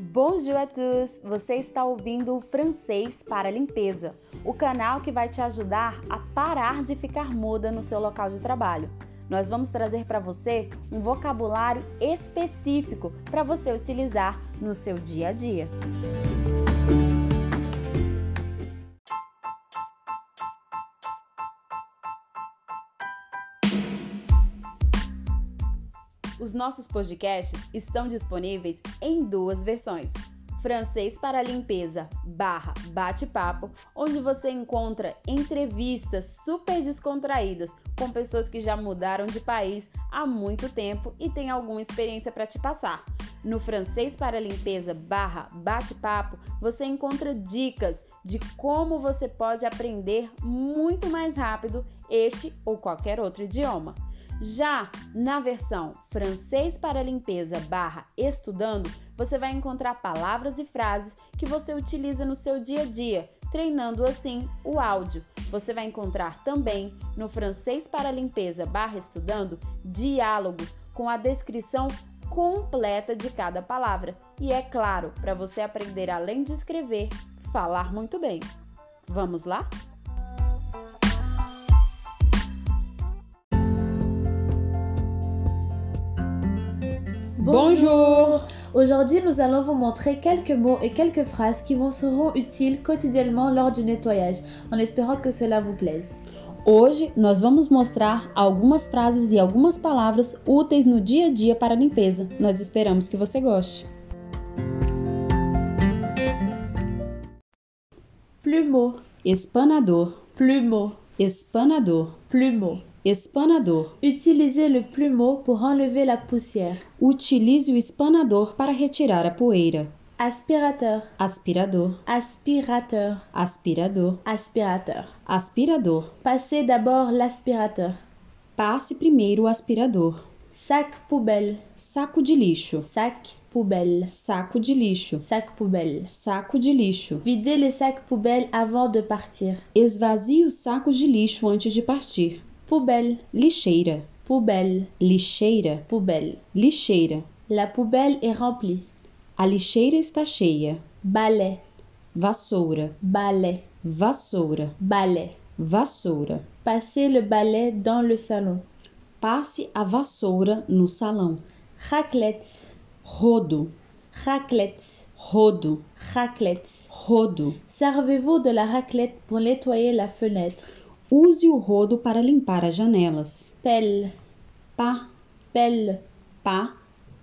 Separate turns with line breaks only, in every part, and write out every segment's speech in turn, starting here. Bonjour à tous! Você está ouvindo o Francês para Limpeza, o canal que vai te ajudar a parar de ficar muda no seu local de trabalho. Nós vamos trazer para você um vocabulário específico para você utilizar no seu dia a dia. Os nossos podcasts estão disponíveis em duas versões: Francês para limpeza barra bate-papo, onde você encontra entrevistas super descontraídas com pessoas que já mudaram de país há muito tempo e têm alguma experiência para te passar. No Francês para Limpeza barra bate-papo, você encontra dicas de como você pode aprender muito mais rápido este ou qualquer outro idioma. Já na versão francês para limpeza barra estudando, você vai encontrar palavras e frases que você utiliza no seu dia a dia, treinando assim o áudio. Você vai encontrar também no francês para limpeza barra estudando diálogos com a descrição completa de cada palavra. E é claro, para você aprender além de escrever, falar muito bem. Vamos lá?
Bonjour Aujourd'hui, nous allons vous montrer quelques mots et quelques phrases qui vous seront utiles quotidiennement lors du nettoyage, en espérant que cela vous plaise.
Hoje nós vamos mostrar algumas frases e algumas palavras úteis no dia a dia para a limpeza. Nós esperamos que você goste.
Plumeau,
Espanador,
plumeau,
espanador,
plumeau.
espanador.
Utilisez le plumeau pour enlever la poussière.
Utilize o espanador para retirar a poeira.
Aspirateur,
Aspirador,
aspirateur,
aspirador,
aspirateur.
aspirador.
Passez d'abord l'aspirateur.
Passe primeiro o aspirador.
Sac poubelle,
Saco de lixo,
sac poubelle,
saco de lixo,
sac poubelle.
saco de lixo.
Videz les sacs poubelles avant de partir.
Esvazie os sacos de lixo antes de partir.
Poubelle,
Lixeira,
poubelle,
lixeira,
poubelle.
lixeira.
La poubelle est remplie.
A lixeira está cheia.
Balai,
Vassoura,
balai,
vassoura,
balai.
vassoura.
Passez le balai dans le salon.
Passe a vassoura no salão.
Raclette,
Rodo,
raclette,
rodo,
raclette.
rodo.
Servez-vous de la raclette pour nettoyer la fenêtre.
Use o rodo para limpar as janelas.
Pelle,
Pá,
pelle,
pá,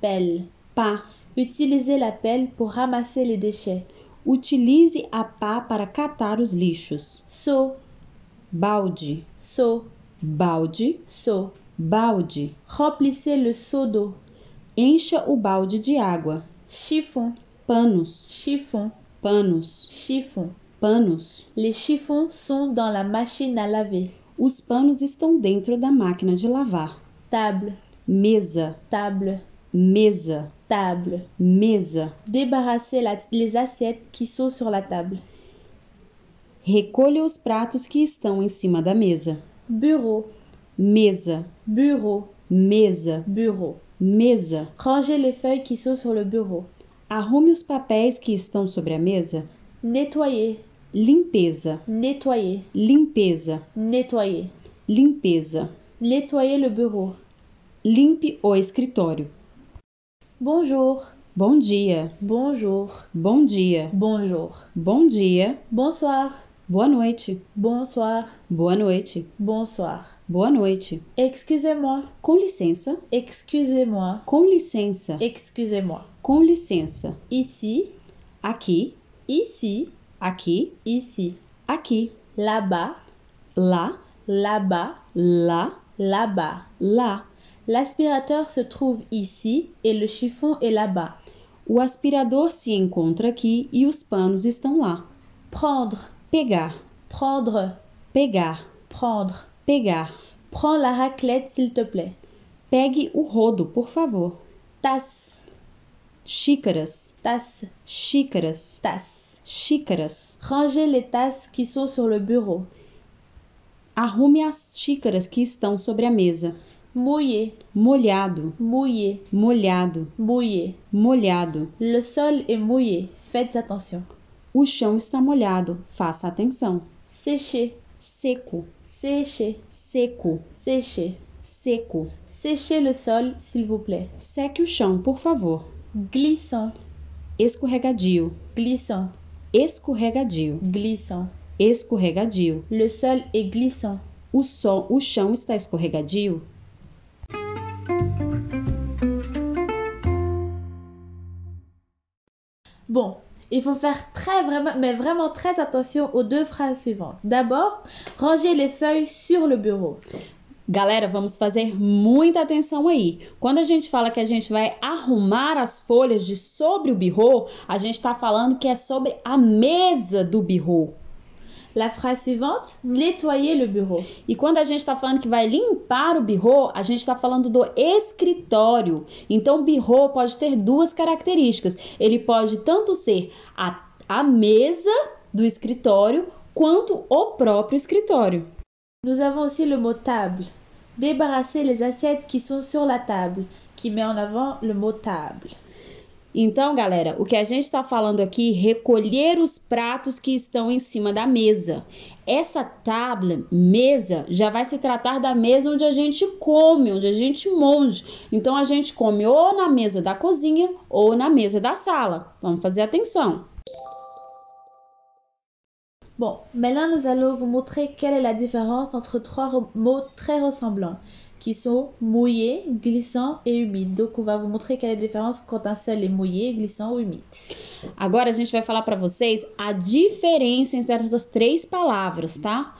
pelle.
pá.
Utilisez la pelle pour ramasser les déchets.
Utilize a pá para catar os lixos.
Seau,
Balde,
seau,
balde,
seau.
balde.
Remplissez le seau d'eau.
Encha o balde de água.
Chiffon,
Panos,
chiffon,
panos,
chiffon.
panos.
Les chiffons sont dans la machine à laver.
Os panos estão dentro da máquina de lavar.
Table,
Mesa,
table,
mesa,
table.
mesa.
Débarrassez la- les assiettes qui sont sur la table.
Recolha os pratos que estão em cima da mesa.
Bureau,
Mesa,
bureau,
mesa,
bureau.
mesa.
Rangez les feuilles qui sont sur le bureau.
Arrume os papéis que estão sobre a mesa.
Nettoyez,
Limpeza,
nettoyez,
limpeza,
nettoyez.
limpeza.
Nettoyez le bureau.
Limpe o escritório.
Bonjour,
Bom dia,
bonjour,
bom dia,
bonjour.
bom dia.
Bonsoir,
Boa noite,
bonsoir,
boa noite,
bonsoir.
boa noite.
Excusez-moi,
Com licença,
excusez-moi,
com licença,
excusez-moi.
com licença.
Ici,
Aqui,
ici,
aqui,
ici.
aqui.
Là-bas,
Lá,
là-bas,
lá,
là-bas.
lá.
L'aspirateur se trouve ici et le chiffon est là-bas.
O aspirador se encontra aqui e os panos estão lá.
Prendre,
Pegar,
prendre,
pegar,
prendre.
pegar.
Prends la raclette s'il te plaît.
Pegue o rodo, por favor.
Tasse,
Xícaras,
tasse,
xícaras,
tasse.
xícaras.
Rangez les tasses qui sont sur le bureau.
Arrume as xícaras que estão sobre a mesa.
Mouillé,
molhado,
mouillé,
molhado,
mouillé.
molhado.
Le sol est mouillé, faites attention.
O chão está molhado, faça atenção.
Sécher,
Seco,
sécher,
seco,
sécher.
seco.
Séchez le sol, s'il vous plaît.
Seque o chão, por favor.
Glissant,
Escorregadio,
glissant,
escorregadio,
glissant.
escorregadio.
Le sol est glissant.
O sol, o chão está escorregadio?
Bon, il faut faire très vraiment, mais vraiment très attention aux deux phrases suivantes. D'abord, ranger les feuilles sur le bureau.
Galera, vamos fazer muita atenção aí. Quando a gente fala que a gente vai arrumar as folhas de sobre o birro, a gente está falando que é sobre a mesa do birro.
La phrase suivante, nettoyer le bureau.
E quando a gente está falando que vai limpar o birro, a gente está falando do escritório. Então, o birro pode ter duas características. Ele pode tanto ser a, a mesa do escritório quanto o próprio escritório.
Nous avons aussi le mot table. Débarrasser les assiettes qui sont sur la table, qui met en avant le mot table.
Então, galera, o que a gente está falando aqui, recolher os pratos que estão em cima da mesa. Essa tabla, mesa, já vai se tratar da mesa onde a gente come, onde a gente monge. Então, a gente come ou na mesa da cozinha ou na mesa da sala. Vamos fazer atenção.
Bon, maintenant nous allons vous montrer quelle est la différence entre trois re- mots très ressemblants, qui sont mouillé, glissant et humide. Donc on va vous montrer quelle est la différence quand un seul est mouillé, glissant ou humide.
Agora a gente vai falar para vocês a diferença entre essas três palavras, tá?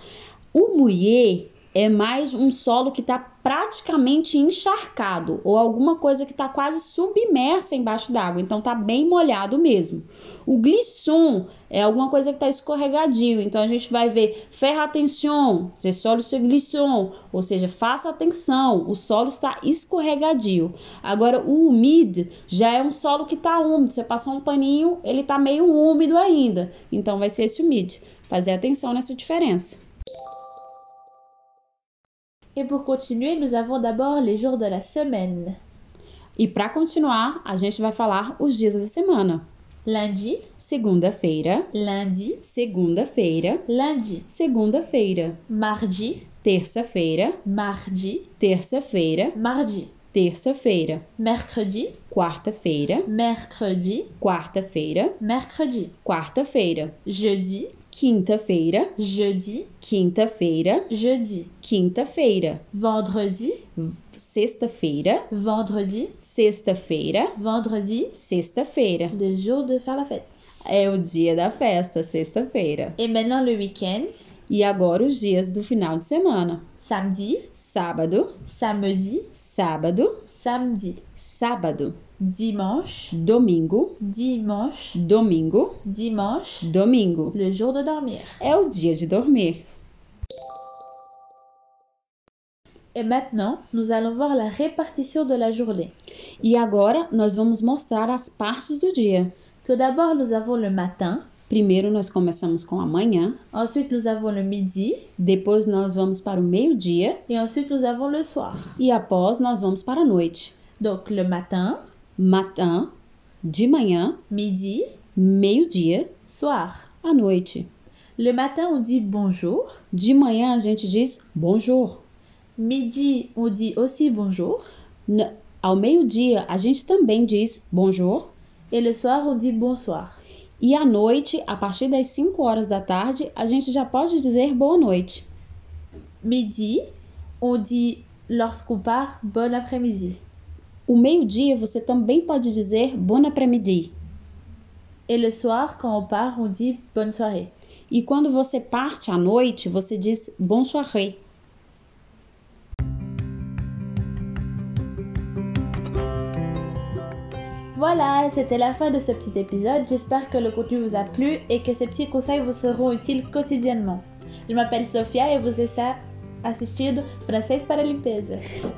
O mulher é mais um solo que está praticamente encharcado ou alguma coisa que está quase submersa embaixo d'água, então tá bem molhado mesmo. O glisson é alguma coisa que está escorregadio, então a gente vai ver ferra atenção, se solo se glisson, ou seja, faça atenção, o solo está escorregadio. Agora, o úmido já é um solo que tá úmido. Você passou um paninho, ele tá meio úmido ainda. Então, vai ser esse úmido. Fazer atenção nessa diferença.
Et pour continuer, nous avons d'abord les jours de la semaine.
E para continuar, a gente vai falar os dias da semana:
Lundi,
segunda-feira,
lundi,
segunda-feira,
lundi,
segunda-feira,
mardi,
terça-feira,
mardi,
terça-feira,
mardi,
terça-feira,
mercredi,
quarta-feira,
mercredi,
quarta-feira,
mercredi,
quarta-feira,
jeudi,
quinta-feira,
jeudi,
quinta-feira,
jeudi,
quinta-feira,
vendredi,
sexta-feira,
vendredi,
Sexta-feira,
vendredi,
sexta-feira.
le jour de faire la fête.
É o dia da festa, sexta-feira.
Et maintenant le week-end,
E agora os dias do final de semana:
samedi,
sábado,
samedi,
sábado,
samedi,
sábado,
dimanche,
domingo,
dimanche,
domingo,
dimanche,
domingo.
le jour de dormir.
É o dia de dormir.
Et maintenant, nous allons voir la répartition de la journée.
E agora nós vamos mostrar as partes do dia.
Tout d'abord, nous avons le matin,
Primeiro nós começamos com a manhã,
ensuite nous avons le midi
depois nós vamos para o meio-dia
et ensuite nous avons le soir.
e após nós vamos para a noite.
Donc le matin,
Matin, de manhã,
midi,
meio-dia,
soir.
à noite.
Le matin, on dit bonjour.
De manhã a gente diz bonjour.
Midi, on dit aussi bonjour.
N- Ao meio-dia a gente também diz bonjour.
Et le soir, on dit bonsoir.
E à noite, a partir das 5 horas da tarde, a gente já pode dizer boa noite.
Midi, on dit lorsqu'on part bon après-midi.
O meio-dia você também pode dizer bon après-midi.
Et le soir, quand on part, on dit bonne soirée.
E quando você parte à noite, você diz bon soirée.
Voilà, c'était la fin de ce petit épisode. J'espère que le contenu vous a plu et que ces petits conseils vous seront utiles quotidiennement. Je m'appelle Sophia et vous ai ça assistido Francês para a Limpeza.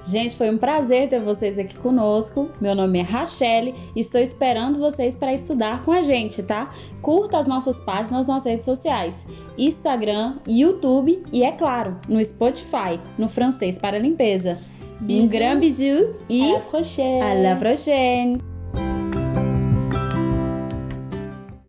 Gente, foi um prazer ter vocês aqui conosco. Meu nome é Rachelle e estou esperando vocês para estudar com a gente, tá? Curta as nossas páginas nas redes sociais: Instagram, YouTube e, é claro, no Spotify, no Francês para a Limpeza. Um
Bisous.
grand bisou
À
e
la prochaine!
à la prochaine!